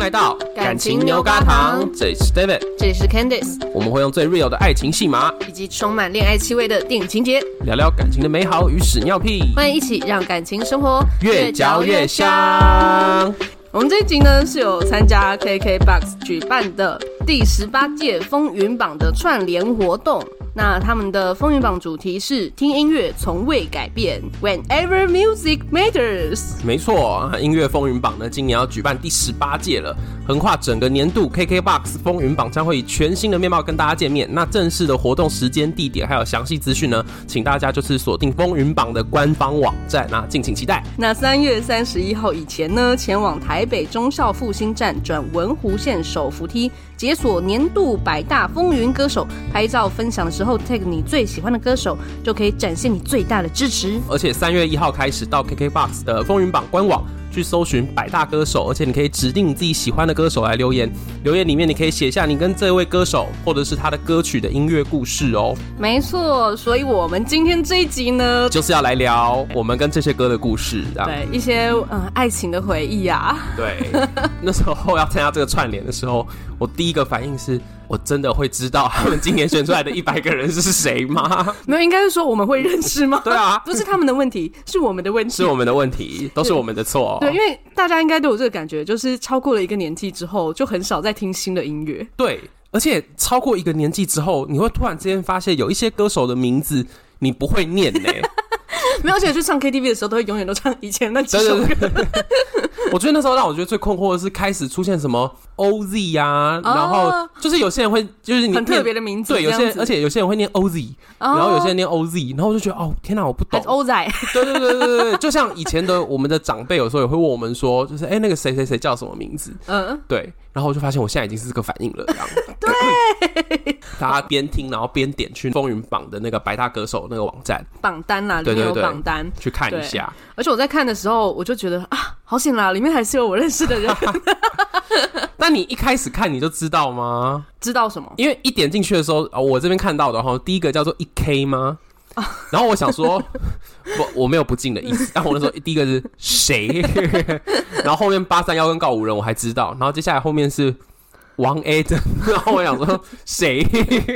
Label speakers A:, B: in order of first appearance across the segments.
A: 来到
B: 感情牛轧糖
A: 这里是 David，
B: 这里是 Candice，
A: 我们会用最 real 的爱情戏码
B: 以及充满恋爱气味的电影情节，
A: 聊聊感情的美好与屎尿屁，
B: 欢迎一起让感情生活
A: 越嚼越香。
B: 我们这一集呢是有参加 KKBOX 举办的第十八届风云榜的串联活动。那他们的风云榜主题是“听音乐从未改变 ”，Whenever Music Matters。
A: 没错，啊音乐风云榜呢，今年要举办第十八届了，横跨整个年度，KKBOX 风云榜将会以全新的面貌跟大家见面。那正式的活动时间、地点还有详细资讯呢，请大家就是锁定风云榜的官方网站，那敬请期待。
B: 那三月三十一号以前呢，前往台北中校复兴站转文湖线手扶梯，解锁年度百大风云歌手，拍照分享的时候 tag 你最喜欢的歌手，就可以展现你最大的支持。
A: 而且三月一号开始到 KKBOX 的风云榜官网去搜寻百大歌手，而且你可以指定你自己喜欢的歌手来留言，留言里面你可以写下你跟这位歌手或者是他的歌曲的音乐故事哦，
B: 没错，所以我们今天这一集呢，
A: 就是要来聊我们跟这些歌的故事，这样
B: 对一些嗯、呃爱情的回忆啊，
A: 对，那时候要参加这个串联的时候，我第一个反应是我真的会知道他们今年选出来的一百个人是谁吗？
B: 没有，应该是说我们会认识吗？
A: 对啊
B: 不是他们的问题，是我们的问题。
A: 是我们的问题，都是我们的错。哦
B: 对，因为大家应该都有这个感觉，就是超过了一个年纪之后，就很少再听新的音乐。
A: 对，而且超过一个年纪之后，你会突然之间发现有一些歌手的名字你不会念呢、
B: 没有，而且去唱 KTV 的时候，都会永远都唱以前那几
A: 对
B: 首歌。
A: 对对。我觉得那时候让我觉得最困惑的是，开始出现什么 OZ 啊，然后就是有些人会就是你
B: 很特
A: 念
B: 别的名字，
A: 对，有
B: 这
A: 些
B: 样
A: 人
B: 子哦
A: 而且有些人会念 OZ，然后有些人念 OZ，然后我就觉得哦，天哪，我不
B: 还
A: 懂
B: 是。欧仔，
A: 对对对对对对，就像以前的我们的长辈有时候也会问我们说，就是哎、那个谁谁谁叫什么名字？
B: 嗯，
A: 对，然后我就发现我现在已经是这个反应了， 这样。对， 大家边听然后边点去风云榜的那个百大歌手那个网站
B: 榜单啦，里
A: 对对
B: 面有
A: 对
B: 榜单。
A: 去看一
B: 对
A: 下。
B: 而且我在看的时候，我就觉得啊，好险啦，里面还是有我认识 的人。
A: 那你一开始看你就知道吗？
B: 知道什么？
A: 因为一点进去的时候，哦、我这边看到的哈，第一个叫做一 K 吗？然后我想说， 我我没有不敬的意思，但我那时候第一个是谁， 然后后面八三幺跟告五人我还知道，然后接下来后面是王 A 的， 然后我想说谁，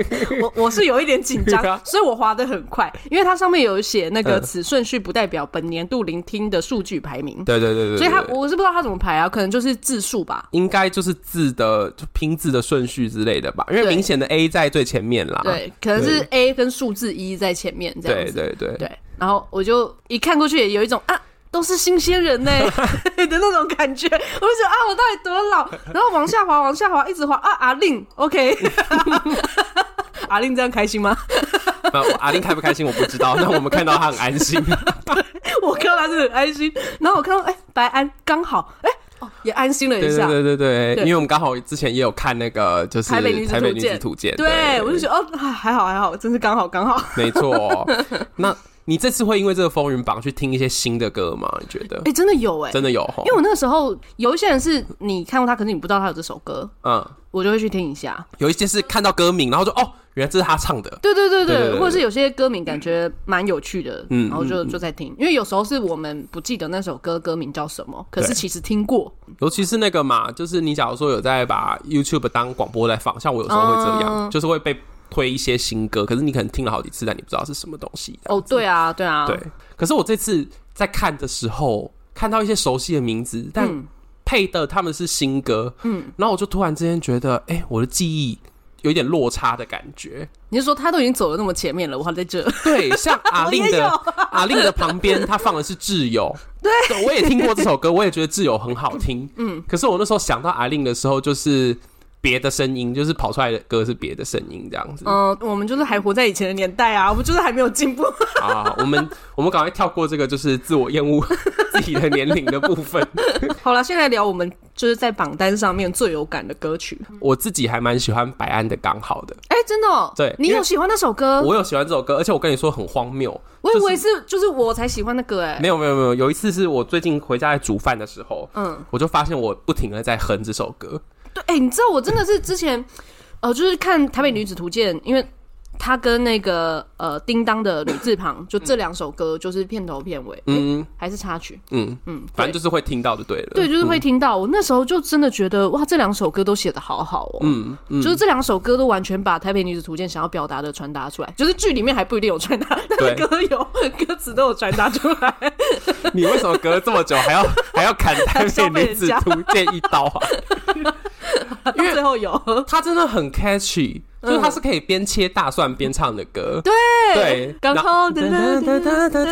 B: 我我是有一点紧
A: 对
B: 张
A: 啊，
B: 所以我滑得很快，因为它上面有写那个
A: 嗯
B: 此顺序不代表本年度聆听的数据排名，
A: 对对对对对，
B: 所以它
A: 对
B: 我是不知道它怎么排啊，可能就是字数吧。
A: 应该就是字的就拼字的顺序之类的吧，因为
B: 对
A: 明显的 A 在最前面啦，
B: 对，可能是 A 跟数字一在前面这样
A: 啊对
B: 子。
A: 对对
B: 对然后我就一看过去，也有一种啊，都是新鲜人 呢、的那种感觉。我就觉得啊，我到底多老？然后往下滑，往下滑，一直滑啊，阿令，OK，阿令这样开心吗？
A: 那我阿玲开不开心我不知道，但我们看到她很安 心，
B: 我看到他是很安心，然后我看到哎、白安刚好哎、哦也安心了一
A: 对
B: 下，
A: 对对对对，
B: 对
A: 因为我们刚好之前也有看那个就是
B: 台北女子
A: 台北
B: 图
A: 女
B: 鉴
A: 子图鉴，
B: 对我就觉得哦啊还好还好，真是刚好刚好。
A: 没 错。那你这次会因为这个风云榜去听一些新的歌吗？你觉得
B: 哎、真的有哎、
A: 真的有吼？
B: 因为我那个时候有一些人是你看过他，可是你不知道他有这首歌，
A: 嗯，
B: 我就会去听一下。
A: 有一些是看到歌名，然后就哦，原来这是他唱的，
B: 对对对
A: 对对
B: 对，
A: 对
B: 或者是有些歌名感觉蛮有趣的，
A: 嗯
B: 然后就就在听，因为有时候是我们不记得那首歌歌名叫什么，可是
A: 对
B: 其实听过，
A: 尤其是那个嘛，就是你假如说有在把 YouTube 当广播在放，像我有时候会这样，
B: 嗯
A: 就是会被推一些新歌，可是你可能听了好几次，但你不知道是什么东西。
B: 哦，对啊，对啊，
A: 对，可是我这次在看的时候，看到一些熟悉的名字，但
B: 嗯
A: 配的他们是新歌，
B: 嗯，
A: 然后我就突然之间觉得，哎、我的记忆有一点落差的感觉。
B: 你是说他都已经走了那么前面了，我还在这，
A: 对，像阿
B: 我也
A: 令的
B: 有
A: 阿令的旁边，他放的是挚友。对，我也听过这首歌，我也觉得挚友很好听。嗯，可是我那时候想到阿令的时候，就是别的声音，就是跑出来的歌是别的声音这样子。
B: 嗯、我们就是还活在以前的年代啊，我们就是还没有进步，
A: 啊，我们我们赶快跳过这个，就是自我厌恶 自己的年龄的部分。
B: 嗯好了，现在聊我们就是在榜单上面最有感的歌曲，
A: 我自己还蛮喜欢白安的《刚好》的，
B: 哎、真的、哦，
A: 对
B: 你
A: 因
B: 有
A: 为
B: 喜欢那首歌？我
A: 我有喜欢这首歌，而且我跟你说很荒谬，
B: 以为是就是我才喜欢那个、哎，
A: 没有没有没有，有一次是我最近回家在煮饭的时候，
B: 嗯，
A: 我就发现我不停的在哼这首歌，
B: 对，哎、你知道我真的是之前，呃，就是看《台北女子图鉴》，因为他跟那个呃叮当的女字旁，就这两首歌就是片头片尾，
A: 嗯
B: 还是插曲，
A: 嗯，
B: 嗯，对
A: 反正就是会听到就对嗯了。
B: 对，就是会听到。我那时候就真的觉得，哇，这两首歌都写的好好哦、
A: 嗯，嗯
B: 就是这两首歌都完全把《台北女子图鉴》想要表达的传达出来，就是剧里面还不一定有传达，
A: 对
B: 但歌有歌词都有传达出来。
A: 你为什么隔了这么久还要 还要砍台北女子图鉴一刀啊？
B: 到
A: 因为
B: 最后有，
A: 它真的很 catchy，就是它是可以边切大蒜边唱的歌。嗯对对，
B: 刚
A: 然后
B: 好
A: 哒
B: 的
A: 哒哒哒哒哒哒，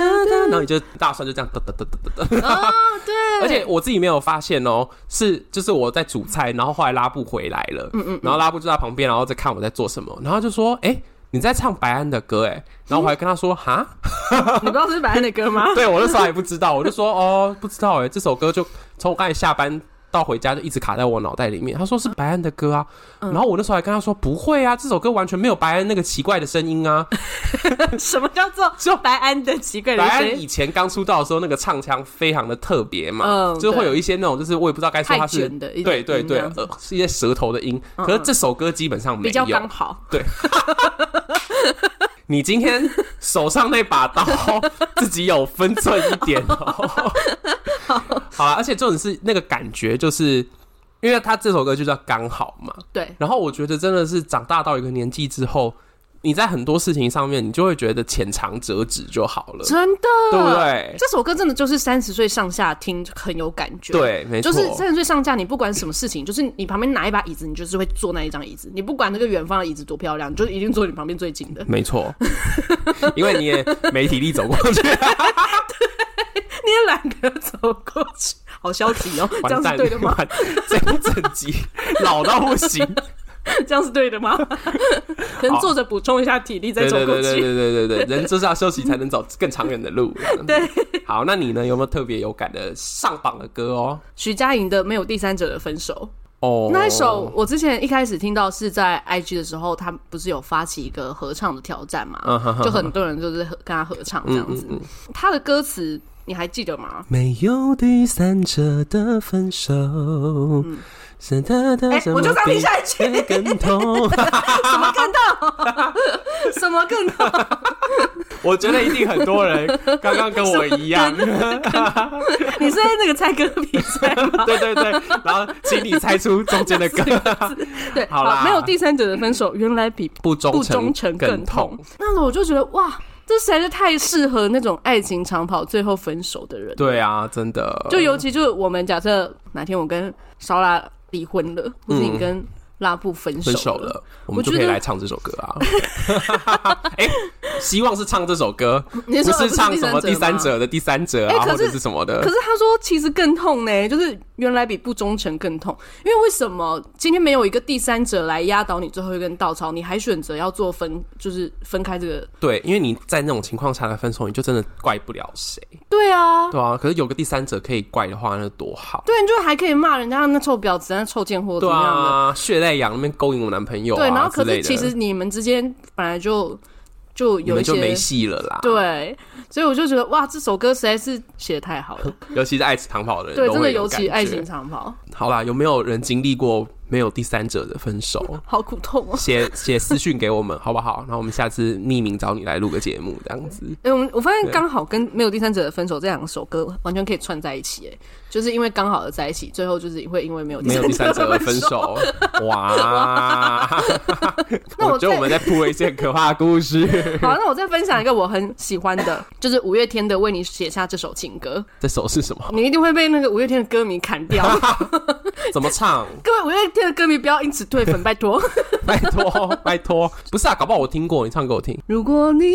A: 然后
B: 啊，
A: 你就大蒜就这样哒哒哒哒哒哒。
B: 对，
A: 而且我自己没有发现哦，是就是我在煮菜，然后后来拉布回来了，嗯嗯，然后拉布就在旁边，然后在看我在做什么，然后就说：“哎、你在唱白安的歌哎、然后我还跟他说：“哈，
B: 你不知道是白安的歌吗？
A: 对我那时候还不知道，我就说哦，不知道哎，这首歌就从我刚才下班到回家就一直卡在我脑袋里面。他说是白安的歌啊，
B: 嗯
A: 然后我那时候还跟他说不会啊，这首歌完全没有白安那个奇怪的声音 啊。
B: 什么叫做
A: 就
B: 白安的奇怪
A: 白
B: 的
A: 安
B: 声音？
A: 以前刚出道的时候，那个唱腔非常的特别嘛，
B: 嗯
A: 就是会
B: 对
A: 有一些那种就是我也不知道该说他
B: 太
A: 是
B: 卷的一种
A: 对对
B: 音
A: 对
B: 这样，子嗯
A: 呃，是一些舌头的音。可是这首歌基本上没
B: 比较
A: 有
B: 刚。好，
A: 你今天手上那把刀自己有分寸一点哦。好啦，而且重点是那个感觉，就是因为他这首歌就叫刚好嘛。
B: 对，
A: 然后我觉得真的是长大到一个年纪之后，你在很多事情上面，你就会觉得浅尝辄止就好了，
B: 真的，
A: 对不？对？
B: 这首歌真的就是三十岁上下听很有感觉，
A: 对，没
B: 就
A: 错。
B: 是三十岁上架，你不管什么事情，就是你旁边拿一把椅子，你就是会坐那一张椅子，你不管那个远方的椅子多漂亮，你就一定坐你旁边最近 的。
A: 没错，因为你也没体力走过 去，
B: 你也懒得走过去，好消极哦，这
A: 完
B: 样
A: 蛋
B: 是对的 吗？
A: 完这一整集老到不行，
B: 这样是对 的吗？ 可能坐着补充一下体力再
A: 对
B: 走
A: 对
B: 过
A: 对对
B: 去。
A: 对对对对，人就是要休息才能走更长远的路。 对，好，那你呢？有没有特别有感的上榜的歌哦？
B: 徐佳莹的《没有第三者的分手》
A: 哦，
B: 那一首，我之前一开始听到是在 IG 的时候，他不是有发起一个合唱的挑战嘛，
A: 嗯哼哼嗯
B: 就很多人就是合跟他合唱这样子。他的歌词你还记得吗？
A: 没有第三者的分手，是他的
B: 哎
A: 什么
B: 我就再听下一
A: 比更痛。
B: 什么更痛？ 什么更 痛？
A: 我觉得一定很多 人刚刚跟我一样，
B: 你是在那个猜歌比 赛吗？
A: 对对对，然后请你猜出中间的歌，
B: 对，
A: 好啦
B: 没有第三者的分手，原来比
A: 不忠
B: 不忠诚
A: 更
B: 痛。。那时候我就觉得哇，这实在是太适合那种爱情长跑最后分手的人。
A: 对啊，真的，
B: 就尤其就是我们假设哪天我跟烧拉离婚了，或者你跟拉布分
A: 嗯
B: 手
A: 分手了，我
B: 我
A: 们就
B: 觉
A: 可以
B: 得
A: 来唱这首歌啊。 哎，希望是唱这首歌，
B: 你
A: 不
B: 说
A: 是唱什么第
B: 第
A: 三
B: 三者吗。
A: 者的第三者
B: 哎
A: 啊，
B: 可是
A: 或者是什么的
B: 可。是他说，其实更痛呢，就是原来比不忠诚更痛。因为为什么今天没有一个第三者来压倒你最后一根稻草，你还选择要做分，就是分开这个？
A: 对，因为你在那种情况下的分手，你就真的怪不了谁，
B: 对啊，
A: 对啊。可是有个第三者可以怪的话，那多好。
B: 对，你就还可以骂人家那臭婊子、那臭贱货
A: 对
B: 怎么样的？
A: 啊，血泪羊那边勾引我男朋友啊
B: 对，然后可
A: 之类
B: 是
A: 的
B: 其实你们之间本来就就
A: 你
B: 有
A: 们
B: 一
A: 就没
B: 些。
A: 戏啊了啦。，
B: 对，所以我就觉得哇，这首歌实在是写的太好 了。
A: 尤其是爱情长跑的人，
B: 对，
A: 都
B: 真的
A: 会有
B: 尤其
A: 感
B: 爱
A: 觉
B: 情长跑，
A: 好啦，有没有人经历过没有第三者的分手？
B: 好苦痛哦。
A: 写写私讯给我们好不好？然后我们下次匿名找你来录个节目，这样子。
B: 哎、我们我发现
A: 对
B: 刚好跟没有第三者的分手这两首歌完全可以串在一起，哎，就是因为刚好的在一起，最后就是会因为没有
A: 没有第三者而分。 手，哇！
B: 那我
A: 我觉得
B: 再
A: 我们在铺一些可怕的故 事。
B: 好，那我再分享一个我很喜欢的，就是五月天的《为你写下这首情歌
A: 这首是什么》，？
B: 你一定会被那个五月天的歌迷砍 掉。
A: 怎么唱？
B: 各位五月天的歌迷不要因此退粉，拜托。
A: 拜托，拜托！不是啊，搞不好我听过，你唱给我听。
B: 如果你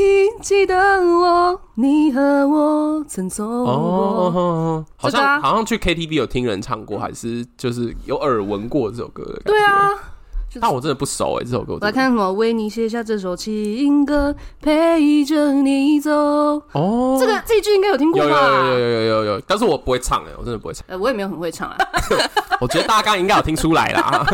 B: 记得我，你和我曾走过。
A: 哦，好
B: 这个啊
A: 像好像去 KTV 有听人唱过，还是就是有耳闻过这首歌的感觉。
B: 对啊，
A: 但我真的不熟哎，这首歌我
B: 我来
A: 真的
B: 看我为你写下这首情歌，陪着你走。
A: 哦，
B: 这个这啊一句应该有听过
A: 有有
B: 吧？
A: 有有有有有，但是我不会唱哎，我真的不会唱。
B: 呃，我也没有很会唱啊，
A: 我觉得大家刚刚应该有听出来啦。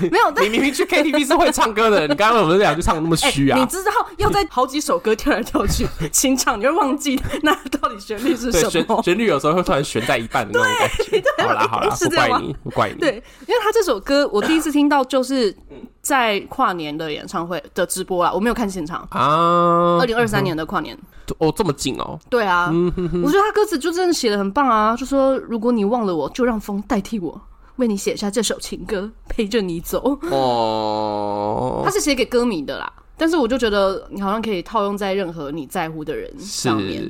B: 没有。但
A: 你明明去 KTV 是会唱歌的人，你刚刚我们俩就唱得那么
B: 哎
A: 虚啊
B: 你？知道要在好几首歌跳来跳去清唱，你会忘记那到底旋律是
A: 对，
B: 什
A: 旋
B: 么？
A: 旋律有时候会突然悬在一半的那种感觉。好啦好啦，
B: 是
A: 不
B: 这样
A: 怪
B: 吗
A: 你，不怪你。
B: 对，因为他这首歌我第一次听到就是在跨年的演唱会的直播啊，我没有看现场。
A: 啊
B: 二，零二三年的跨年，
A: 哦，这么近哦，
B: 对啊，我觉得他歌词就真的写的很棒啊，就说如果你忘了我，就让风代替我，为你写下这首情歌，陪着你走。他
A: 哦，
B: 是写给歌迷的啦，但是我就觉得你好像可以套用在任何你在乎的人上面，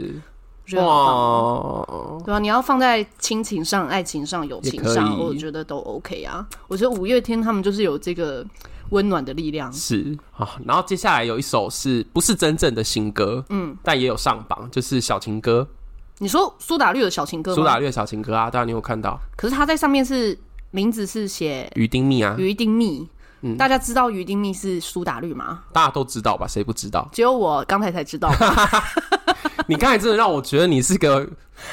A: 是
B: 我觉得很棒。
A: 哇，
B: 对啊，你要放在亲情上、爱情上、友情
A: 也
B: 上，
A: 可以
B: 我觉得都 OK 啊。我觉得五月天他们就是有这个温暖的力量。
A: 是啊。然后接下来有一首是不是真正的新歌？嗯，但也有上榜，就是小情歌，
B: 你说苏打绿的小情歌
A: 苏
B: 吗？
A: 打绿的小情歌啊，当然你有看到
B: 可是他在上面是名字是写
A: 于丁蜜啊，
B: 于丁蜜，
A: 嗯
B: 大家知道于丁蜜是苏打绿吗？？
A: 大家都知道吧？谁不知道
B: 只有我刚才才 知道，
A: 你刚才真的让我觉得你是个、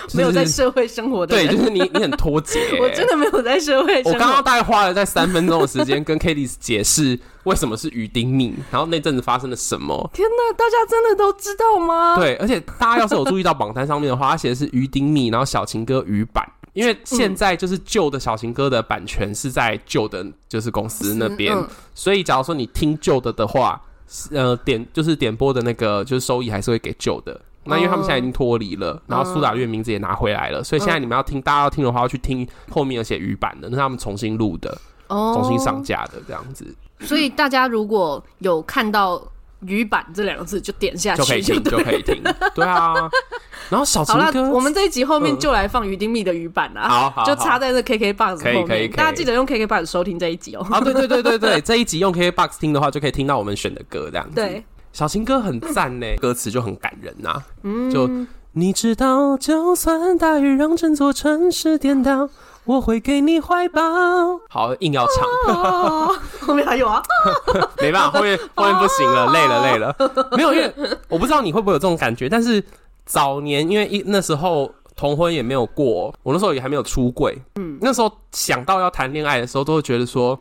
A: 就是、
B: 没有在社会生活 的
A: 对，
B: 人，。
A: 就是你你很脱节 欸
B: 我真的没有在社会
A: 我
B: 生
A: 刚
B: 活
A: 刚。大概花了在三分钟的时间跟 k a t i e 解释为什么是鱼丁命，然后那阵子发生了什么。
B: 天哪，大家真的都知道吗？
A: 对，而且大家要是有注意到榜单上面的话，它写的是鱼丁蜜，然后小情歌鱼版，因
B: 嗯
A: 为现在就是旧的小情歌的版权是在旧的，就是公司那边，
B: 嗯
A: 所以假如说你听旧的的话，呃，点就是点播的那个就是收益还是会给旧的。那因为他们
B: 哦
A: 现在已经脱离了，然后苏打绿的名字也拿回来了，所以
B: 嗯
A: 现在你们要听，大家要听的话，要去听后面有写鱼版的，那是他们重新录的。
B: 哦
A: 重新上架的这样子，
B: 所以大家如果有看到“鱼板”这两个字，就点下去
A: 就可以听，
B: 对
A: 就可以听。对啊，然后小情
B: 好啦，
A: 歌，
B: 我们这一集后面
A: 嗯
B: 就来放于丁密的鱼板啦，
A: 好好
B: 就
A: 好
B: 插在这 KK box
A: 可以
B: 后
A: 可以
B: 面，
A: 可以
B: 大家记得用 KK box 收听这一集 哦。
A: 啊，对对对对对，这一集用 KBox 听的话，就可以听到我们选的歌这样子。
B: 对，
A: 小情歌很赞呢，歌词就很感人呐、就你知道，就算大雨让整座城市颠倒，我会给你怀抱。好，硬要 唱，
B: 哦，后面还有啊，
A: 没办法，后面后面不行了，累了累了。没有，因为我不知道你会不会有这种感觉，但是早年因为一那时候同婚也没有过，我那时候也还没有出柜，嗯，那时候想到要谈恋爱的时候，都会觉得说，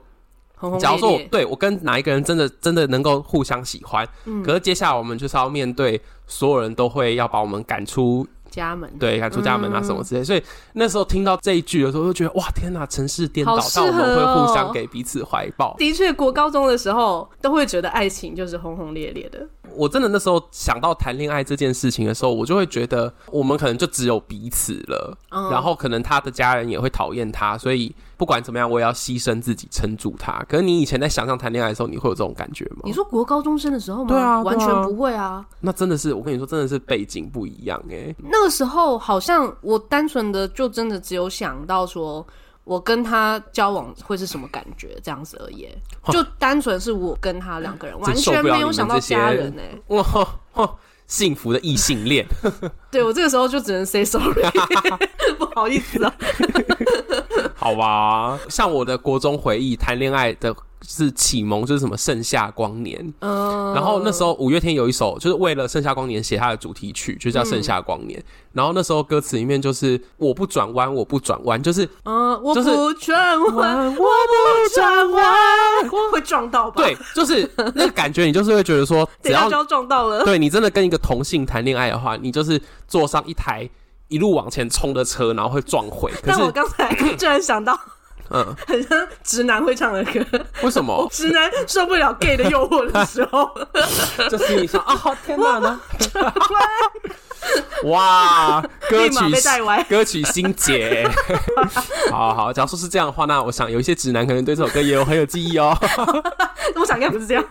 B: 红红
A: 假如说
B: 烈
A: 我
B: 烈，
A: 对我跟哪一个人真的真的能够互相喜欢，
B: 嗯
A: 可是接下来我们就是要面对所有人都会要把我们赶出，
B: 家门，
A: 对，赶出家门啊
B: 嗯
A: 什么之类，所以那时候听到这一句的时候，就觉得哇天哪，城市颠倒
B: 好，适
A: 但我们
B: 合
A: 会互
B: 哦
A: 相给彼此怀抱。
B: 的确，国高中的时候都会觉得爱情就是轰轰烈烈的，
A: 我真的那时候想到谈恋爱这件事情的时候，我就会觉得我们可能就只有彼此了，
B: 嗯
A: 然后可能他的家人也会讨厌他，所以不管怎么样，我也要牺牲自己撑住他。可是你以前在想象谈恋爱的时候，你会有这种感觉吗
B: 你？说国高中生的时候吗？
A: 对啊对啊
B: 完全不会啊。
A: 那真的是，我跟你说，真的是背景不一样哎、
B: 那个时候好像我单纯的就真的只有想到说，我跟他交往会是什么感觉这样子而已，就单纯是我跟他两个人，完
A: 真受
B: 全
A: 不了
B: 没有想到家人
A: 你
B: 哎、
A: 哇、哦，幸福的异性 恋，
B: 对我这个时候就只能 say sorry，不好意思啊。
A: 好吧？像我的国中回忆，谈恋爱的是启蒙，就是什么《盛夏光年》
B: 嗯，
A: 然后那时候五月天有一首，就是为了《盛夏光年》写他的主题曲，就叫《盛夏光年》。然后那时候歌词里面就是“我不转弯，我不转弯”， 就是
B: 嗯，我
A: 就是
B: 不转弯，
A: 我不
B: 转弯会撞到吧？，
A: 对，就是那个感觉，你就是会觉得说，只
B: 等一下
A: 要
B: 就要撞到了。
A: 对你真的跟一个同性谈恋爱的话，你就是坐上一台一路往前冲的车，然后会撞毁。可
B: 但我
A: 是，
B: 刚才居然想到
A: 嗯，哦
B: 很像直男会唱的歌，？
A: 为什 么
B: 直男受不了 gay 的诱惑的时 候，
A: 就是你说啊， 天哪呢？哇，歌
B: 立马
A: 曲
B: 被带歪
A: 歌曲心结。 好好，假如说是这样的话，那我想有一些直男可能对这首歌也有很有记忆哦。
B: 我想应该不是这样。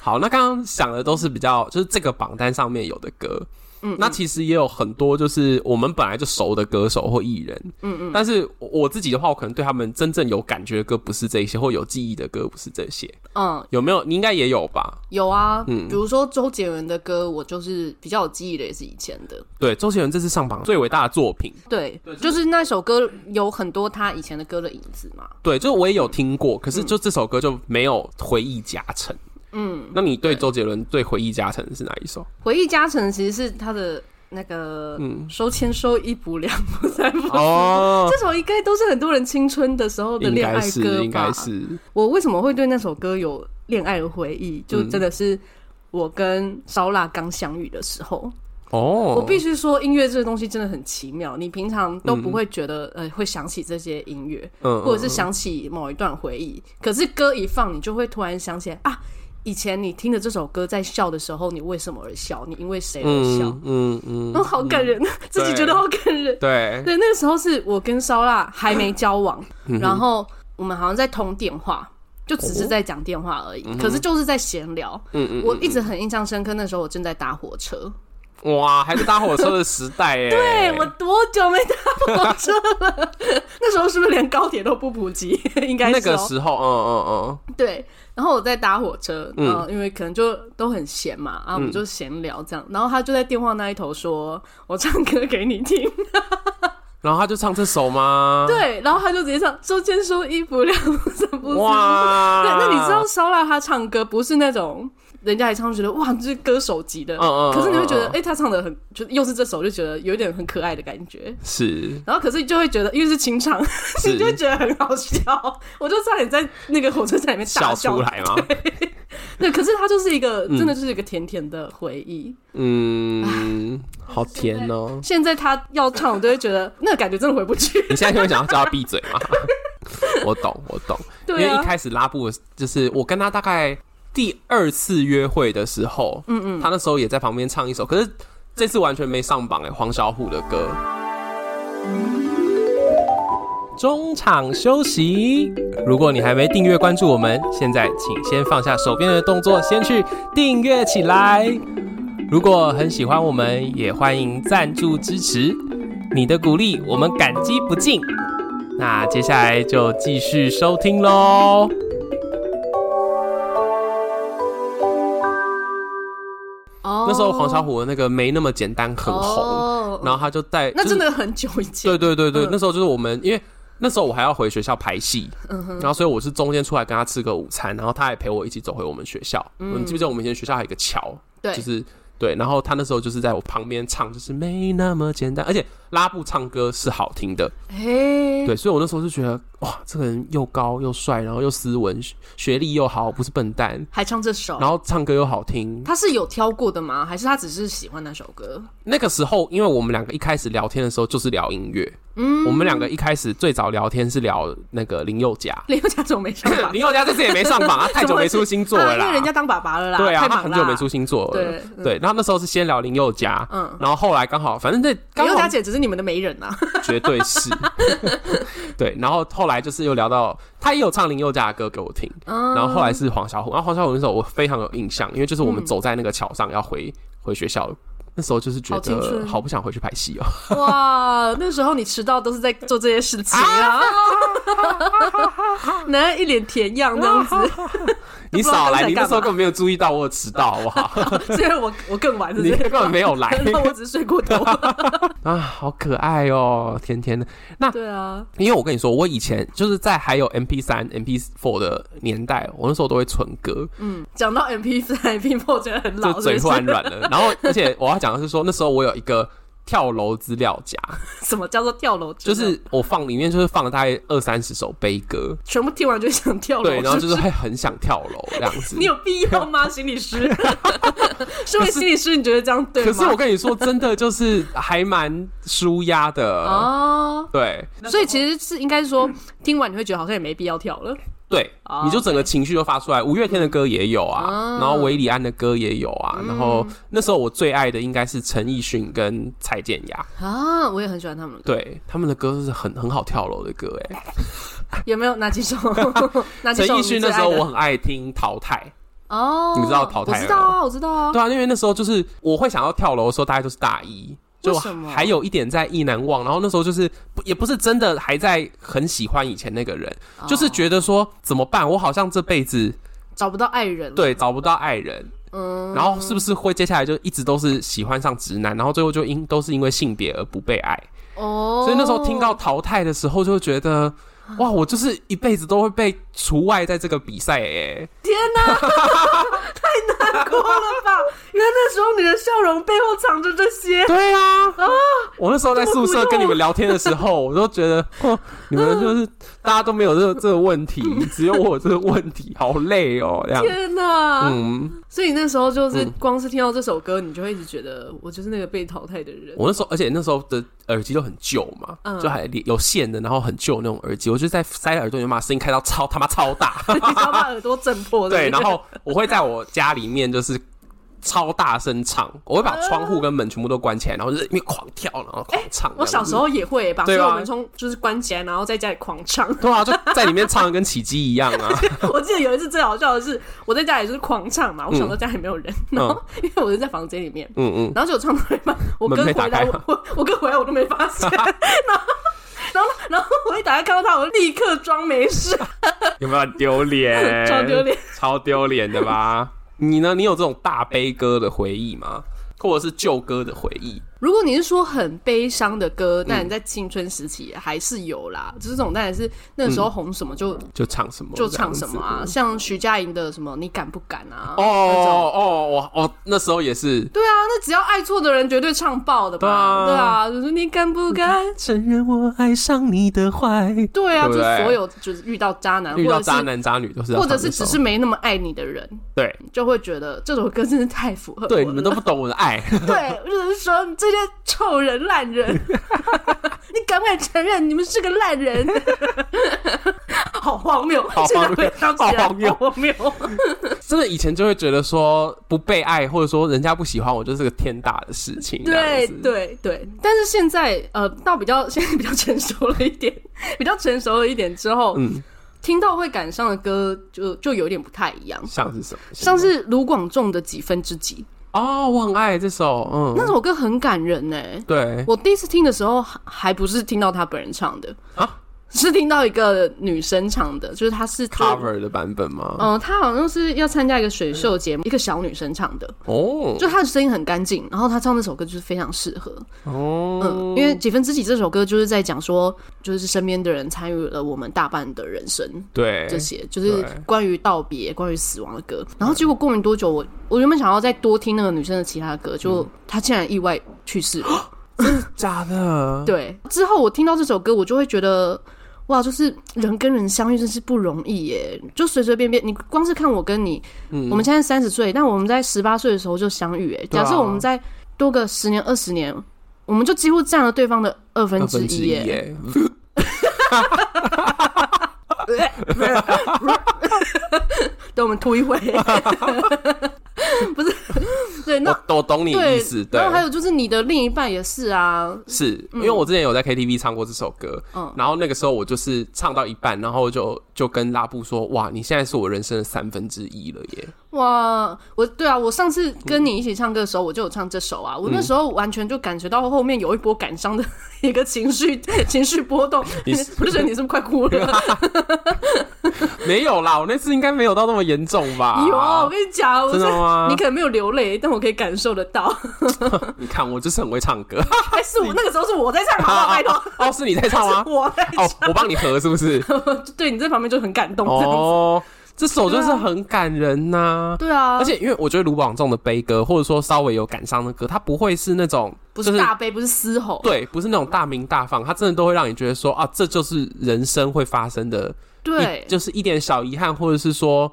A: 好，那刚刚想的都是比较，就是这个榜单上面有的歌。嗯，那其实也有很多就是我们本来就熟的歌手或艺人，嗯嗯，但是我我自己的话，我可能对他们真正有感觉的歌不是这些，或有记忆的歌不是这些，
B: 嗯，
A: 有没有？你应该也有吧？
B: 有啊，
A: 嗯
B: 比如说周杰伦的歌，我就是比较有记忆的，也是以前的。
A: 对，周杰伦这次上榜最伟大的作品，
B: 对，就是那首歌有很多他以前的歌的影子嘛。
A: 对，就是我也
B: 嗯
A: 有听过，可是就这首歌就没有回忆加成。嗯，那你对周杰伦最回忆加成是哪一 首？
B: 回忆加成其实是他的那个
A: 嗯
B: 收钱收一补两 补三补。
A: 哦，
B: 这首应该都是很多人青春的时候的
A: 应
B: 恋
A: 该
B: 爱
A: 是
B: 歌吧？，
A: 应该是，
B: 我为什么会对那首歌有
A: 嗯
B: 恋爱的回忆？就真的是我跟烧腊刚相遇的时候，
A: 哦，
B: 我必须说，音乐这个东西真的很奇妙，你平常都不会觉得、呃会想起这些音乐，
A: 嗯
B: 或者是想起某一段回忆，可是歌一放，你就会突然想起来啊，以前你听着这首歌在笑的时候，你为什么而笑？你因为谁而笑？
A: 嗯嗯嗯，
B: 哦，好感人，自己觉得好感人。
A: 对，嗯
B: 对，那个时候是我跟烧腊还没交往，然后我们好像在通电话，就只是在讲电话而已，可是就是在闲聊。
A: 嗯嗯
B: 我一直很印象深刻，那时候我正在搭火车，
A: 嗯，哇，还是搭火车的时代耶，
B: 对我多久没搭火车了？ 那时候是不是连高铁都不普及？应该是、哦、
A: 那个时候，嗯嗯
B: 对，然后我在搭火车，
A: 嗯
B: 嗯、因为可能就都很闲嘛，啊，我们就闲聊这样。然后他就在电话那一头说：“我唱歌给你听。
A: 嗯，然后他就唱这首吗？，
B: 对，然后他就直接唱“周间说一不两，三 不四”。
A: 哇，
B: 对，那你知道烧腊他唱歌不是那种人家一唱就觉得哇，这是歌手级的，
A: 嗯嗯嗯
B: 可是你会觉得
A: 嗯嗯
B: 哎、诶他唱的很，就又是这首，就觉得有一点很可爱的感觉。
A: 是
B: 然后可是就会觉得，因为是清唱，
A: 是
B: 你就会觉得很好笑。我就差点在那个火车站里面大
A: 笑出来吗？
B: 对，可是它就是一个，真的就是一个甜甜的回忆。
A: 嗯，好甜哦。
B: 现在他要唱，我都会觉得 那个感觉真的回不去。
A: 你现在就会想要叫他闭嘴吗？ 我懂，我懂。
B: 对
A: 因为一
B: 啊，
A: 开始拉布就是我跟他大概第二次约会的时候，嗯嗯，他那时候也在旁边唱一首，可是这次完全没上榜哎、黄小琥的歌。中场休息。如果你还没订阅关注我们，现在请先放下手边的动作，先去订阅起来。如果很喜欢我们，也欢迎赞助支持，你的鼓励我们感激不尽。那接下来就继续收听喽。
B: 哦
A: 那时候黄小琥的那个没那么简单很红，
B: 哦
A: 然后他就带
B: 那真
A: 就是
B: 的很久以前。
A: 对对对对，
B: 嗯
A: 那时候就是我们因为。那时候我还要回学校排戏，
B: 嗯
A: 然后所以我是中间出来跟他吃个午餐，然后他还陪我一起走回我们学校。你记不记得我们以前学校还有一个桥，
B: 嗯对
A: 就是对，然后他那时候就是在我旁边唱，就是没那么简单，而且拉布唱歌是好听的，
B: 嘿，
A: 对，所以我那时候就觉得哇，这个人又高又帅，然后又斯文，学学历又好，不是笨蛋，
B: 还唱这首
A: 然，后唱歌又好听。
B: 哦他是有挑过的吗？还是他只是喜欢那首歌？
A: 那个时候，因为我们两个一开始聊天的时候就是聊音乐，嗯，我们两个一开始最早聊天是聊那个林宥 嘉，
B: 林宥嘉怎么没上榜？
A: 林宥嘉这次也没上 榜，他 啊太久没出新作了
B: 啊因为人家
A: 啦。
B: 当爸爸了啦，
A: 对啊，
B: 太
A: 他
B: 忙
A: 很
B: 啦
A: 久没出。新作了。
B: 对嗯
A: 对，然后那时候是先聊林宥嘉，
B: 嗯
A: 然后后来刚好，反正那
B: 林
A: 刚
B: 宥
A: 好
B: 嘉姐只是你们的媒人啊，
A: 绝对是， 对，然后后来就是又聊到他也有唱林宥嘉的歌给我听，
B: 嗯
A: 然后后来是黄小琥，然后黄小琥那时候我非常有印象，因为就是我们走在那个桥上要回回学校，那时候就是觉
B: 好青
A: 得
B: 春
A: 好不想回去拍 戏哦。
B: 哇，那时候你迟到都是在做这些事 情啊，男人一脸甜样这样 子，
A: 你少来，
B: 不知道刚才
A: 你那时候根
B: 干嘛
A: 本没有注意到我有迟到，好不 好？
B: 虽然我我更晚，是不
A: 你
B: 是？
A: 根本没有来
B: 那我只是睡过头。
A: 啊，好可爱哦，甜甜的。
B: 对啊，
A: 因为我跟你说，我以前就是在还有 MP 三、MP four 的年代，我那时候都会存歌，
B: 讲到 MP 三、MP four 觉得很老，
A: 就嘴
B: 是
A: 突
B: 不
A: 然
B: 是？
A: 软了。然后，而且我要讲的是说，那时候我有一个跳楼资料 夹，
B: 什么叫做跳楼？
A: 就是我放里面就是放了大概二三十首悲歌，
B: 全部听完就想跳楼。
A: 对，然后
B: 是
A: 就
B: 不
A: 是
B: 是
A: 会很想跳楼这样子
B: 哦 你。有必要吗？心理师， 身为心理师，你觉得这样对
A: 可
B: 吗？
A: 是我跟你说，真的就是还蛮舒压的，
B: 哦，
A: 对
B: 所以其实是应该说，听完你会觉得好像也没必要跳了。
A: 对，
B: 哦
A: 你就整个情绪都发出来。五月天的歌也有啊，
B: 嗯
A: 然后韦礼安的歌也有啊，然后那时候我最爱的应该是陈奕迅跟蔡健雅，
B: 啊，我也很喜欢他们。
A: 对，他们的歌是很很好跳楼的歌哎。
B: 有没有 哪几首？哪几
A: 陈
B: 首
A: 奕
B: 你
A: 迅
B: 最爱的？
A: 那时候我很爱听《淘汰
B: 哦，
A: 你知道淘汰
B: 我知道啊，我知道》，啊。
A: 对啊，因为那时候就是我会想要跳楼的时候，大概就是大一。就
B: 为什么
A: 还有一点在意难忘，然后那时候就是不也不是真的还在很喜欢以前那个人，
B: 哦
A: 就是觉得说怎么办，我好像这辈子
B: 找不到爱人了，
A: 对找不到爱人，
B: 嗯，
A: 然后是不是会接下来就一直都是喜欢上直男，然后最后就因都是因为性别而不被爱，
B: 哦，
A: 所以那时候听到淘汰的时候就觉得，哇，我就是一辈子都会被 除外在这个比赛哎、
B: 天哪，太难过了吧？原来那时候你的笑容背后藏着这些
A: 对啊，
B: 啊！
A: 我那时候在宿舍跟你们聊天的时候，我都觉得，哦，你们就是大家都没有这个这个问题，只有我有这个问题，好累哦，这样。
B: 天哪！
A: 嗯，
B: 所以你那时候就是光是听到这首歌，你就会一直觉得我就是那个被淘汰的人。
A: 我那时候，而且那时候的耳机都很旧嘛，
B: 嗯
A: 就还有线的，然后很旧那种耳机，我就在塞耳朵里面把声音开到超他妈超 大，
B: 你只要把耳朵震破。
A: 对，
B: 是不
A: 然
B: 是
A: 后我会在我家里面就是超大声唱，我会把窗户跟门全部都关起来，然后就是一面狂跳，然后狂唱。
B: 哎我小时候也会把所
A: 对啊
B: 有
A: 吧
B: 门窗就是关起来，然后在家里狂唱。
A: 对啊，就在里面唱的跟起鸡一样 啊，
B: 我记得有一次最好笑的是，我在家里就是狂唱嘛，我想说家里没有人，然后因为我是在房间里面，
A: 嗯嗯。
B: 然后就唱到一半，我哥
A: 门被打
B: 回
A: 开
B: 来，我
A: 吗
B: 我我哥回来我都没发现， 然后然后然后我一打开看到他，我就立刻装 没事，
A: 有没有很丢脸？
B: 超丢脸，
A: 超丢脸的吧？你呢？你有这种大悲歌的回忆吗？或者是旧歌的回忆？
B: 如果你是说很悲伤的歌，
A: 嗯
B: 但你在青春时期还是有啦，就是这种当然是那时候红什么就、
A: 就唱什么？
B: 就唱什么啊，
A: 这样子？
B: 像徐佳莹的什么你敢不敢啊？
A: 嗯哦
B: 那种
A: 哦哦，我哦那时候也是
B: 对啊，那只要爱错的人绝对唱爆的吧？对
A: 对
B: 啊，
A: 啊
B: 就是你敢不敢？
A: 承认我爱上你的坏。
B: 对啊，
A: 对不对
B: 就是所有就是遇到渣男，
A: 遇
B: 啊或
A: 到
B: 者
A: 渣
B: 是
A: 男渣女都是要
B: 或者
A: 唱
B: 是
A: 这首，
B: 只是没那么爱你的人，
A: 对
B: 就会觉得这首歌真是太符合我
A: 对，
B: 了
A: 你们都不懂我的爱。
B: 对，就是说这些臭人烂人，你敢不敢承认你们是个 烂人？好荒谬，
A: 好荒
B: 现在回
A: 谬
B: 想起来
A: 好荒谬
B: 荒谬。
A: 真的以前就会觉得说不被爱，或者说人家不喜欢我，就是个天大的事情。这样
B: 对
A: 子，
B: 对对，但是现在呃，到比较 现在比较成熟了一点， 比较成熟了一点之后，
A: 嗯，
B: 听到会感伤的歌就就有点不太一样，
A: 像是什么？
B: 像是卢广仲的《几分之几》
A: 哦，我很爱这首，
B: 那
A: 嗯，
B: 首歌很感人呢、
A: 对
B: 我第一次听的时候还还不是听到他本人唱的
A: 啊，
B: 是听到一个女生唱的，就是她是
A: ，cover 的版本吗？
B: 嗯、她好像是要参加一个水秀节目，一个小女生唱的，
A: 哦
B: 就她的声音很干净，然后她唱那首歌就是非常适合。嗯
A: 哦，，
B: 因为《几分之几》这首歌就是在讲说，就是身边的人参与了我们大半的人生，
A: 对，
B: 这些就是
A: 对
B: 关于道别、关于死亡的歌。然后结果过没多久，我我原本想要再多听那个女生的其他歌，就
A: 嗯
B: 她竟然意外去世了。
A: 假的，
B: 对，之后我听到这首歌，我就会觉得。哇，就是人跟人相遇真是不容易耶！就随随便便，你光是看我跟你，我们现在三十岁，但我们在十八岁的时候就相遇耶。
A: 嗯对啊
B: 假设我们再多个十年、二十年，我们就几乎占了对方的二分
A: 二
B: 之
A: 分之
B: 一
A: 一
B: 耶。
A: 耶，
B: 等我们吐 一回，不是？对，那
A: 我我懂你
B: 对
A: 意思，，对
B: 然，后还有就是你的另一半也是啊，
A: 是因为我之前有在 KTV 唱过这首歌，
B: 嗯
A: 然后那个时候我就是唱到一半，然后就就跟拉布说，哇，你现在是我人生的三分之一了耶，
B: 哇，我对啊，我上次跟你一起唱歌的时候，我就有唱这首
A: 嗯
B: 啊，我那时候完全就感觉到后面有一波感伤的 一个情绪情绪波动，
A: 你是
B: 我就觉得你 是不是快 哭了？
A: 没有啦，我那次应该没有到那么严重吧？
B: 有啊，我跟你讲，我
A: 真的
B: 是
A: 吗
B: 你可能没有流泪，但我可以感受得到。
A: 你看我就是很会唱歌，
B: 还是我那个时候是我在唱，好不好？拜托，
A: 哦，是你在唱吗
B: 是？我在
A: 哦， 我帮你合是不 是？
B: 唱，对你在旁边就很感动，这样子。
A: 哦，这首就是很感人呐、
B: 对啊，
A: 而且，因为我觉得卢广仲的悲歌，或者说稍微有感伤的歌，它不会是那种
B: 不
A: 就是
B: 大悲，不是嘶吼，
A: 对，不是那种大鸣大放，它真的都会让你觉得说啊，这就是人生会发生的，
B: 对
A: 一，就是一点小遗憾，或者是说，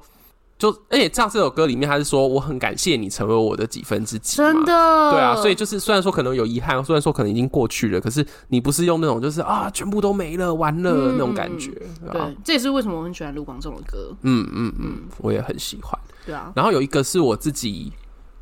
A: 就哎而且像这首歌里面，他是说我很感谢你成为我的几分之几，
B: 真。的，
A: 对啊，所以就是虽然说可能有遗憾，虽然说可能已经过去了，可是你不是用那种就是啊全部都没了完了、
B: 嗯
A: 那种感觉，对吧
B: 对，这也是为什么我很喜欢卢广仲的歌，
A: 嗯嗯嗯，我也很喜欢。
B: 对啊，
A: 然后有一个是我自己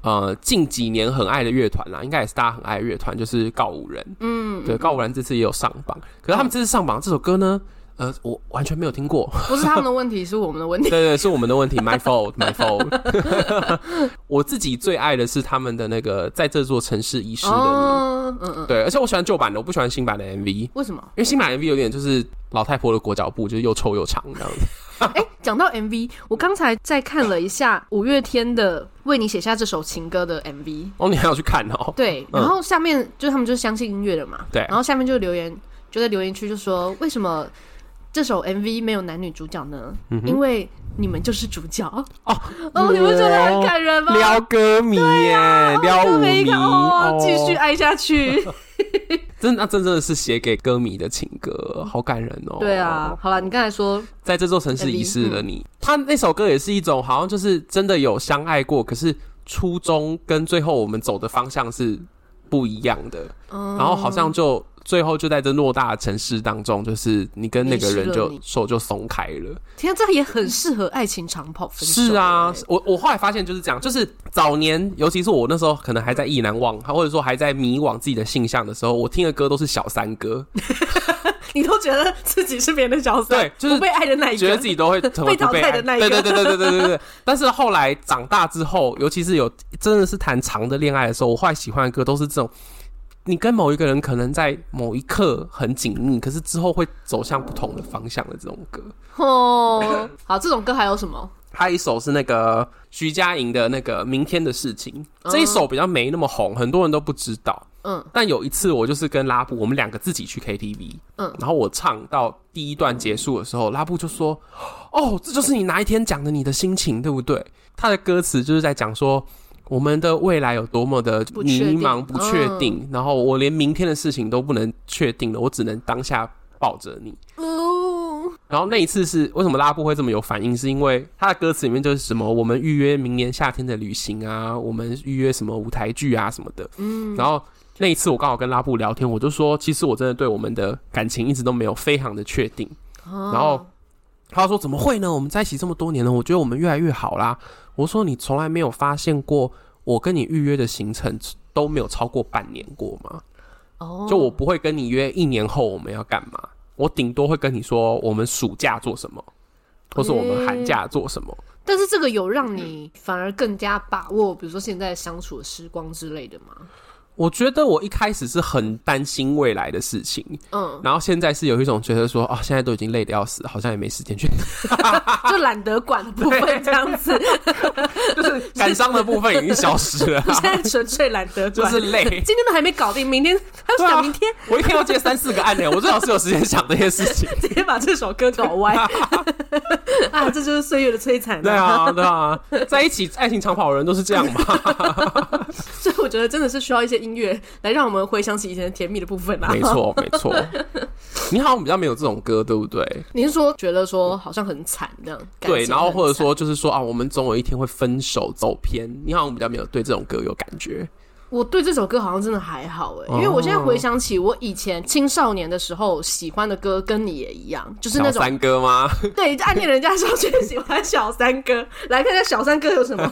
A: 呃近几年很爱的乐团啦，应该也是大家很爱的乐团，就是告五人。
B: 嗯，
A: 对，告五人这次也有上榜，可是他们这次上榜这首歌呢，呃，我完全没有听过。
B: 不是他们的问题，是我们的问题
A: 对。对，是我们的问题，my fault，my fault。我 自己最爱的是他们的那个在这座城市遗失的你。
B: 哦，嗯嗯，
A: 对，而且我喜欢旧版的，我不喜欢新版的 MV，因
B: 为什么？
A: 为新版的 MV 有点就是老太婆的裹脚布，就是又臭又长这样子。
B: 哎、讲到 MV，我刚才在看了一下五月天的《为你写下这首情歌》的 MV，
A: 哦，你还要去看 哦？
B: 对，
A: 嗯
B: 然后下面、就是他们就是相信音乐的嘛，
A: 对
B: 然后下面就留言，就在留言区就说为什么。这首 MV 没有男女主角呢？
A: 嗯哼
B: 因为你们就是主角
A: 哦
B: 哦，你们觉得很感人吗？
A: 撩歌迷耶，撩
B: 哦
A: 舞
B: 每一
A: 迷
B: 个哦，继续
A: 哦
B: 爱 下去。
A: 真那真真的是写给歌迷的情歌，好感人哦。
B: 对啊，，嗯好了，你刚才说
A: 在这座城市遗失了你。他那首歌也是一种好像就是真的有相爱过，可是初衷跟最后我们走的方向是不一样的，
B: 嗯
A: 然后好像就。最后就在这偌大的城市当中，就是你跟那个人
B: 迷失了你
A: 就手就松开了。
B: 天啊，这也很适合爱情长跑分手。
A: 是啊
B: 欸，
A: 我我后来发现就是这样，就是早年，尤其是我那时候可能还在意难忘，或者说还在迷惘自己的性向的时候，我听的歌都是小三歌，
B: 你都觉得自己是别人的角色，
A: 对就是
B: 不被爱的那一个，
A: 觉得自己 都会成为
B: 被淘
A: 不被
B: 汰
A: 爱
B: 的那一个
A: 对对对对对对对对。但是后来长大之后，尤其是有真的是谈长的恋爱的时候，我后来喜欢的歌都是这种，你跟某一个人可能在某一刻很紧密，可是之后会走向不同的方向的这种歌。
B: 哦。好，这种歌还有什么？
A: 还有一首是那个徐佳莹的那个《明天的事情》，这一首比较没那么红，很多人都不知道。
B: 嗯，
A: 但有一次我就是跟拉布，我们两个自己去 KTV，
B: 嗯，
A: 然后我唱到第一段结束的时候，拉布就说：“哦，这就是你哪一天讲的你的心情，对不对？”他的歌词就是在讲说。我们的未来有多么的
B: 不确定
A: 迷茫、不确定，
B: 嗯
A: 然后我连明天的事情都不能确定了，我只能当下抱着你。
B: 哦，
A: 然后那一次是为什么拉布会这么有反应？是因为他的歌词里面就是什么我们预约明年夏天的旅行啊，我们预约什么舞台剧啊什么的。嗯，然后那一次我刚好跟拉布聊天，我就说其实我真的对我们的感情一直都没有非常的确定。
B: 然
A: 然后他说：“怎么会呢？我们在一起这么多年了，我觉得我们越来越好啦。”我说：“你从来没有发现过我跟你预约的行程都没有超过半年过吗？
B: 哦，
A: 就我不会跟你约一年后我们要干嘛，我顶多会跟你说我们暑假做什么，或是我们寒假做什么。
B: 但是这个有让你反而更加把握，比如说现在相处的时光之类的吗？
A: 我觉得我一开始是很担心未来的事情，
B: 嗯，
A: 然后现在是有一种觉得说啊，现在都已经累得要死，好像也没时间去
B: 就懒得管的部分这样 子，，
A: 感伤的部分已经消失了
B: 现在纯粹懒 得
A: 就
B: 管。
A: 是累。
B: 今天都还没搞定，明天还要
A: 对啊
B: 想明天，
A: 我一天要接三四个案呢，我最好是有时间想这些事 情。
B: 直接把这首歌搞 歪啊！这就是岁月的摧残、
A: 对，啊，对啊，在一起爱情长跑的人都是这样嘛。
B: 所以我觉得真的是需要一些音乐来让我们回想起以前甜蜜的部分啦。啊
A: 没，错，没错。你好像比较没有这种歌，对不对？
B: 你是说觉得说好像很惨这样？感
A: 对，
B: 情
A: 然后
B: 很
A: 或者
B: 惨
A: 说就是说啊，我们总有一天会分手走偏。你好像比较没有对这种歌有感觉，
B: 我对这首歌好像真的还好哎、
A: 哦
B: 因为我现在回想起我以前青少年的时候喜欢的歌，跟你也一样，就是那
A: 小
B: 种
A: 三歌吗？
B: 对暗恋人家的时候却喜欢小三歌。来看看小三歌有什么？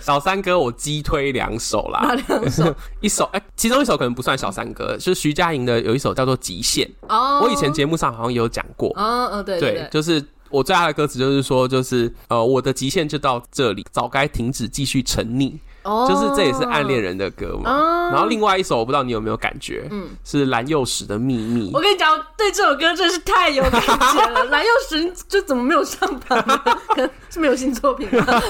A: 小三歌我击推两首啦，
B: 两首
A: 一首哎、其中一首可能不算小三歌，就是徐佳莹的有一首叫做《极限》，
B: 哦，
A: 我以前节目上好像也有讲过。
B: 啊嗯对
A: 对
B: 对，，
A: 就是呃我最爱的歌词就是说，就是呃，我的极限就到这里，早该停止继续沉溺，
B: 哦
A: 就是这也是暗恋。人的歌嘛。
B: 哦
A: 然后另外一首我不知道你有没有感觉，嗯，是蓝幼时的秘密
B: 我。跟你讲，对这首歌真是太有感觉了。蓝又时就怎么没有上榜呢？可能是没有新作品吧。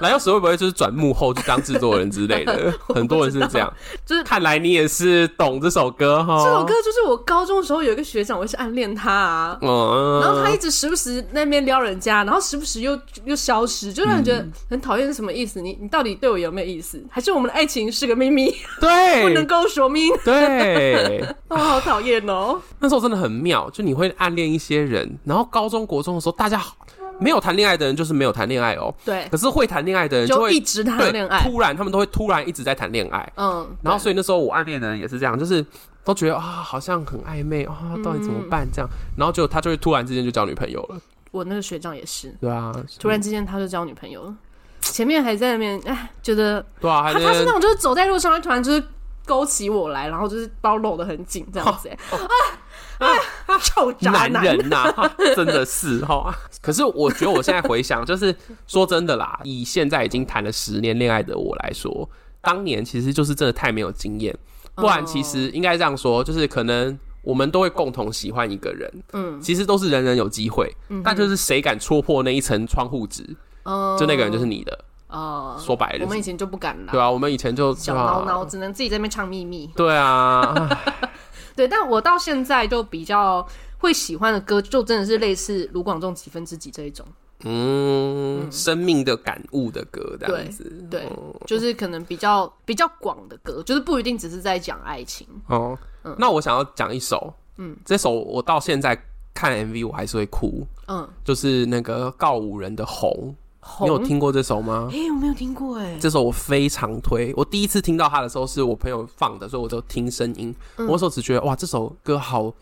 A: 蓝幼时会不会就是转幕后去当制作人之 类的？很多人是这样，
B: 就是
A: 看来你也是懂这首歌哈。
B: 这首歌，就是我高中的时候有一个学长，我也是暗恋他啊。
A: 嗯，
B: 然后他一直时不时那边撩人家，然后时不时又又消失，就让人觉
A: 嗯
B: 得很讨厌。是什么意思？你你到底对我有没有意思？还是我们的爱情是个秘密，不能
A: 对
B: 够说明？
A: 对，
B: 哦，好讨厌哦！
A: 那时候真的很妙，就你会暗恋一些人，然后高中国中的时候，大家好没有谈恋爱的人就是没有谈恋爱哦，
B: 对，
A: 可是会谈恋爱的人
B: 哎就
A: 会
B: 一直谈恋爱
A: 对。突然他们都会突然一直在谈恋爱。
B: 嗯，
A: 然后所以那时候我暗恋的人也是这样，就是都觉得啊、好像很暧昧啊、到底怎
B: 嗯
A: 么办这样，然后就他就会突然之间就交女朋友了，
B: 我那个学长也是，
A: 对啊，
B: 突然之间他就交女朋友了，前面还在那边哎，觉得
A: 对啊，
B: 他
A: 还在
B: 他
A: 那
B: 是
A: 边
B: 那种就是走在路上，他突然就是勾起我来，然后就是包搂的很紧这样子、哎啊啊，臭渣男！
A: 哦男人呐、 真的是哈。可是我觉得我现在回想，就是说真的啦， 以现在已经谈了十年恋爱的我来说，当年其实就是真的太没有经验，
B: 哦
A: 不然其实应该这样说，就是可能。我们都会共同喜欢一个人，嗯，其实都是人人有机会，但就是谁敢戳破那一层窗户纸，
B: 嗯，
A: 就那个人就是你的。
B: 哦、
A: 说白了哎
B: 我
A: 就
B: 们
A: 是
B: 以，前就不敢了
A: 对。啊，我们以前就
B: 小孬
A: 啊
B: 孬，只能自己在那边唱秘密。
A: 对啊，唉
B: 对，但我到现在就比较会喜欢的歌，就真的是类似卢广仲几分之几这一种，
A: 嗯，生命的感悟的歌这样子，
B: 对
A: 哦
B: 就是可能比较比较广的歌，就是不一定只是在讲爱情。
A: 哦，那我想要讲一首，嗯，这首我到现在看 MV 我还是会哭，
B: 嗯，
A: 就是那个告五人的《红》，你有
B: 红，
A: 听过这首吗？
B: 哎、我没有听过哎、
A: 这首我非常推，我第一次听到它的时候是我朋友放的，所以我就听声音。我那时候只觉得哇，这首歌好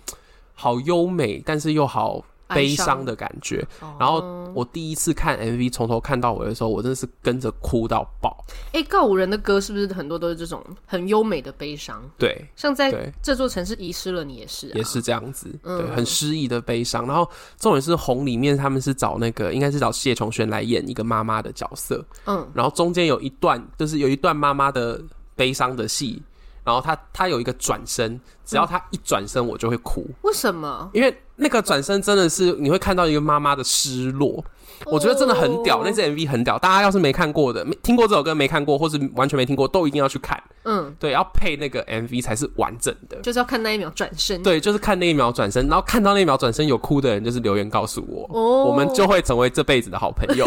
A: 好优美，但是又好悲伤的感觉。
B: 哦
A: 然后我第一次看 MV 从头看到尾的时候，我真的是跟着哭到爆。
B: 哎、告五人的歌是不是很多都是这种很优美的悲伤？
A: 对，
B: 像在
A: 对
B: 这座城市遗失了你也是、啊，
A: 也是这样子，
B: 嗯
A: 对，很诗意的悲伤。然后重点是红里面他们是找那个应该是找谢琼璇来演一个妈妈的角色，
B: 嗯
A: 然后中间有一段就是有一段妈妈的悲伤的戏，然后她她有一个转身，只
B: 嗯
A: 要她一转身我就会哭，
B: 为什么？
A: 因为那个转身真的是你会看到一个妈妈的失落，我觉得真的很屌，
B: 哦
A: 那支 MV 很屌，大家要是没看过的、没听过这首歌没看过，或是完全没听过，都一定要去看，
B: 嗯，
A: 对，要配那个 MV 才是完整的。
B: 就是要看那一秒转身。
A: 对，就是看那一秒转身，然后看到那一秒转身有哭的人，就是留言告诉我，
B: 哦
A: 我们就会成为这辈子的好 朋友。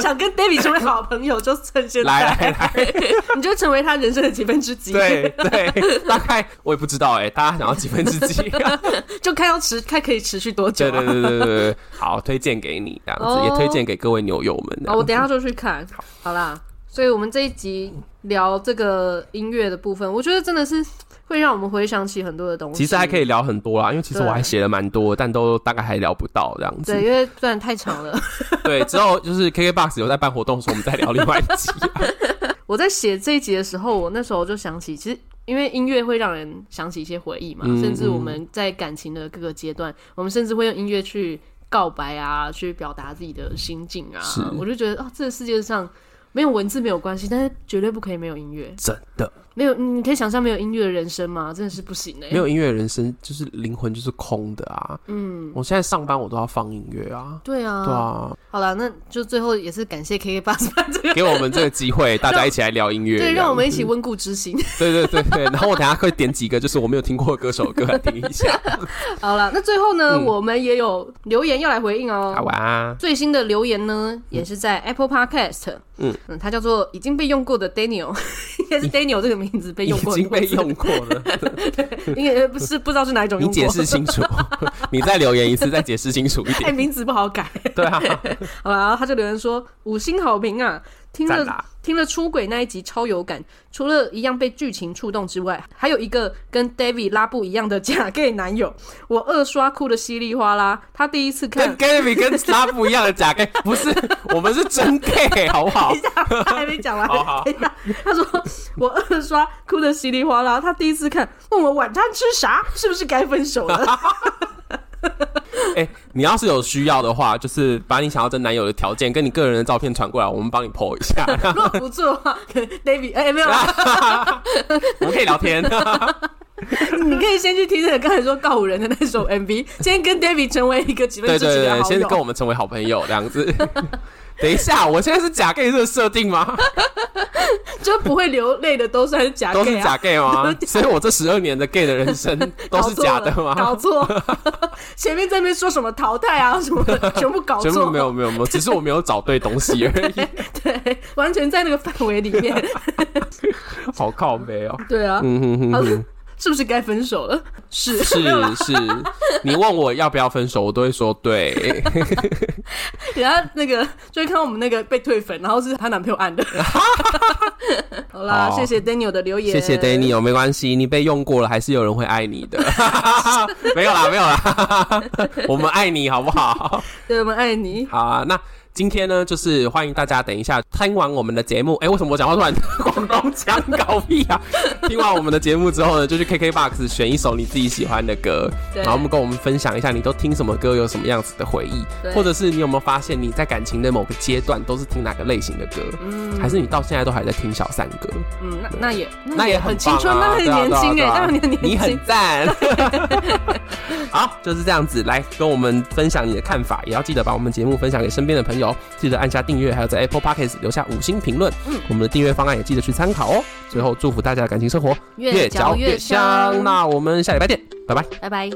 B: 想跟 David 成为好朋友，就趁现在，
A: 来来来，
B: 你就成为他人生的几分之 几。
A: 对对，大概我也不知道哎、大家想要几分之几？啊
B: 就看要持看可以持续多 久、
A: 对
B: 啊。
A: 对对对对对，好，推荐给你这样子，
B: 哦
A: 也推荐给各位牛友们这
B: 好，我
A: 样。
B: 等一下就去看。好啦，所以我们这一集聊这个音乐的部分，我觉得真的是会让我们回想起很多的东西。
A: 其实还可
B: 以。
A: 以聊很多啦，因为其实我
B: 对
A: 还写了蛮多，但都大概还聊不到这样
B: 对，
A: 子。
B: 因为虽然太长了，
A: 对，之后就是 KKBOX 有在办活动的时候，我们再聊另外一集。
B: 我在写这一集的时候，我那时候就想起，其实因为音乐会让人想起一些回忆嘛，
A: 嗯
B: 甚至我们在感情的各个阶段，我们甚至会用音乐去告白啊，去表达自己的心境啊
A: 是。
B: 我就觉得，哦，这个世界上没有文字没有关系，但是绝对不可以没有音乐。
A: 真的，
B: 没有，你可以想象没有音乐的人生吗？真的是不行哎、
A: 没有音乐人生就是灵魂就是空的啊。嗯，我现在上班我都要放音乐啊。
B: 对啊，
A: 对啊，
B: 好了，那就最后也是感谢 KK 八十八这个，
A: 给我们这个机 会，大家一起来聊音乐，
B: 对，
A: 这样
B: 让我们一起
A: 子
B: 温故知新。
A: 对对对对。然后我等一下会点几个，就是我没有听过的歌手的歌来听一 下。
B: 好了，那最后呢，
A: 嗯
B: 我们也有留言要来回应哦、
A: 好啊，
B: 最新的留言呢，也是在 Apple Podcast，
A: 嗯
B: 嗯，它叫做已经被用过的 Daniel，应 该是 Daniel 这个名字被
A: 已
B: 用过，
A: 经被，用过 了，
B: 应该呃不是不知道是哪一种
A: 你
B: 用过
A: 解。释清楚，你再留言一次，再解释清楚 一
B: 哎，
A: 点。
B: 名字不好改。
A: 对啊，
B: 好了，然后他就留言说五星好评啊，听
A: 赞
B: 了
A: 啦，
B: 听了出轨那一集超有感，除了一样被剧情触动之外，还有一个跟 David 拉布一样的假 gay 男友， 我二刷哭的稀里哗啦。他第一次看
A: 跟 Gary 跟拉布一样的假 gay，不是，我们是真 gay，好不好
B: 等一？下，他还没讲完。
A: 好好
B: 等一下，他说我二刷哭得稀里哗啦，他第一次看问我晚餐吃啥，是不是该分手了？
A: 哎、你要是有需要的话，就是把你想要真男友的条件跟你个人的照片传过来，我们帮你 PO 一下，
B: 如果不做的话可能，David，哎、没有啦，
A: 我们可以聊天。
B: 你可以先去听那个刚才说告五人的那首 MV，先跟 David 成为一个几分
A: 对
B: 之
A: 对
B: 几的
A: 对，
B: 好
A: 先跟
B: 友。
A: 我们成为好朋友这样子。 等一下，我现在是假 gay 这个设定吗？
B: 就不会流泪的都算是假 gay
A: 都
B: 啊，
A: 是假 gay 吗
B: 都是？假
A: 所以我这十二年的 gay 的人生都是假的吗？
B: 搞错 了，搞错 前面这边说什么淘汰啊什么的，全部搞
A: 全
B: 错，
A: 部没有没有没有，只是我没有找对东西 而已，
B: 对，完全在那个范围里 面。
A: 好靠背哦。
B: 对啊，
A: 嗯哼哼
B: 好
A: 哼，
B: 是不是该分手了？是
A: 是是，你问我要不要分手，我都会说 对。
B: 然后那个就会看到我们那个被退粉，然后是她男朋 友按的。好啦，
A: 好
B: 谢谢 Daniel 的留
A: 谢
B: 言，
A: 谢 Daniel，没关系，你被用过了，还是有人会爱你的。 没有啦，没有啦， 我们爱你好不好？
B: 对我们爱你。
A: 好啊，那今天呢，就是欢迎大家等一下听完我们的节目。哎、为什么我讲话突然 广东腔搞屁啊？ 听完我们的节目之后呢，就去 KKBOX 选一首你自己喜欢的歌，
B: 对
A: 然后我们跟我们分享一下你都听什么歌，有什么样子的回忆
B: 对，
A: 或者是你有没有发现你在感情的某个阶段都是听哪个类型的歌，还是你到现在都还在听小三歌？
B: 嗯，那那也
A: 那也很
B: 很青春，
A: 棒啊
B: 那很
A: 对啊
B: 年
A: 对啊
B: 轻
A: 对
B: 哎，
A: 啊
B: 当然你很
A: 你
B: 年
A: 很
B: 轻。
A: 赞。 好，就是这样子，来跟我们分享你的看法，也要记得把我们节目分享给身边的朋友，哦，记得按下订阅，还有在 Apple Podcast 留下五星评论。
B: 嗯
A: 我们的订阅方案也记得去参考哦。最后祝福大家的感情生活
B: 越嚼越香。
A: 啊那我们下礼拜见，拜拜。
B: 拜拜。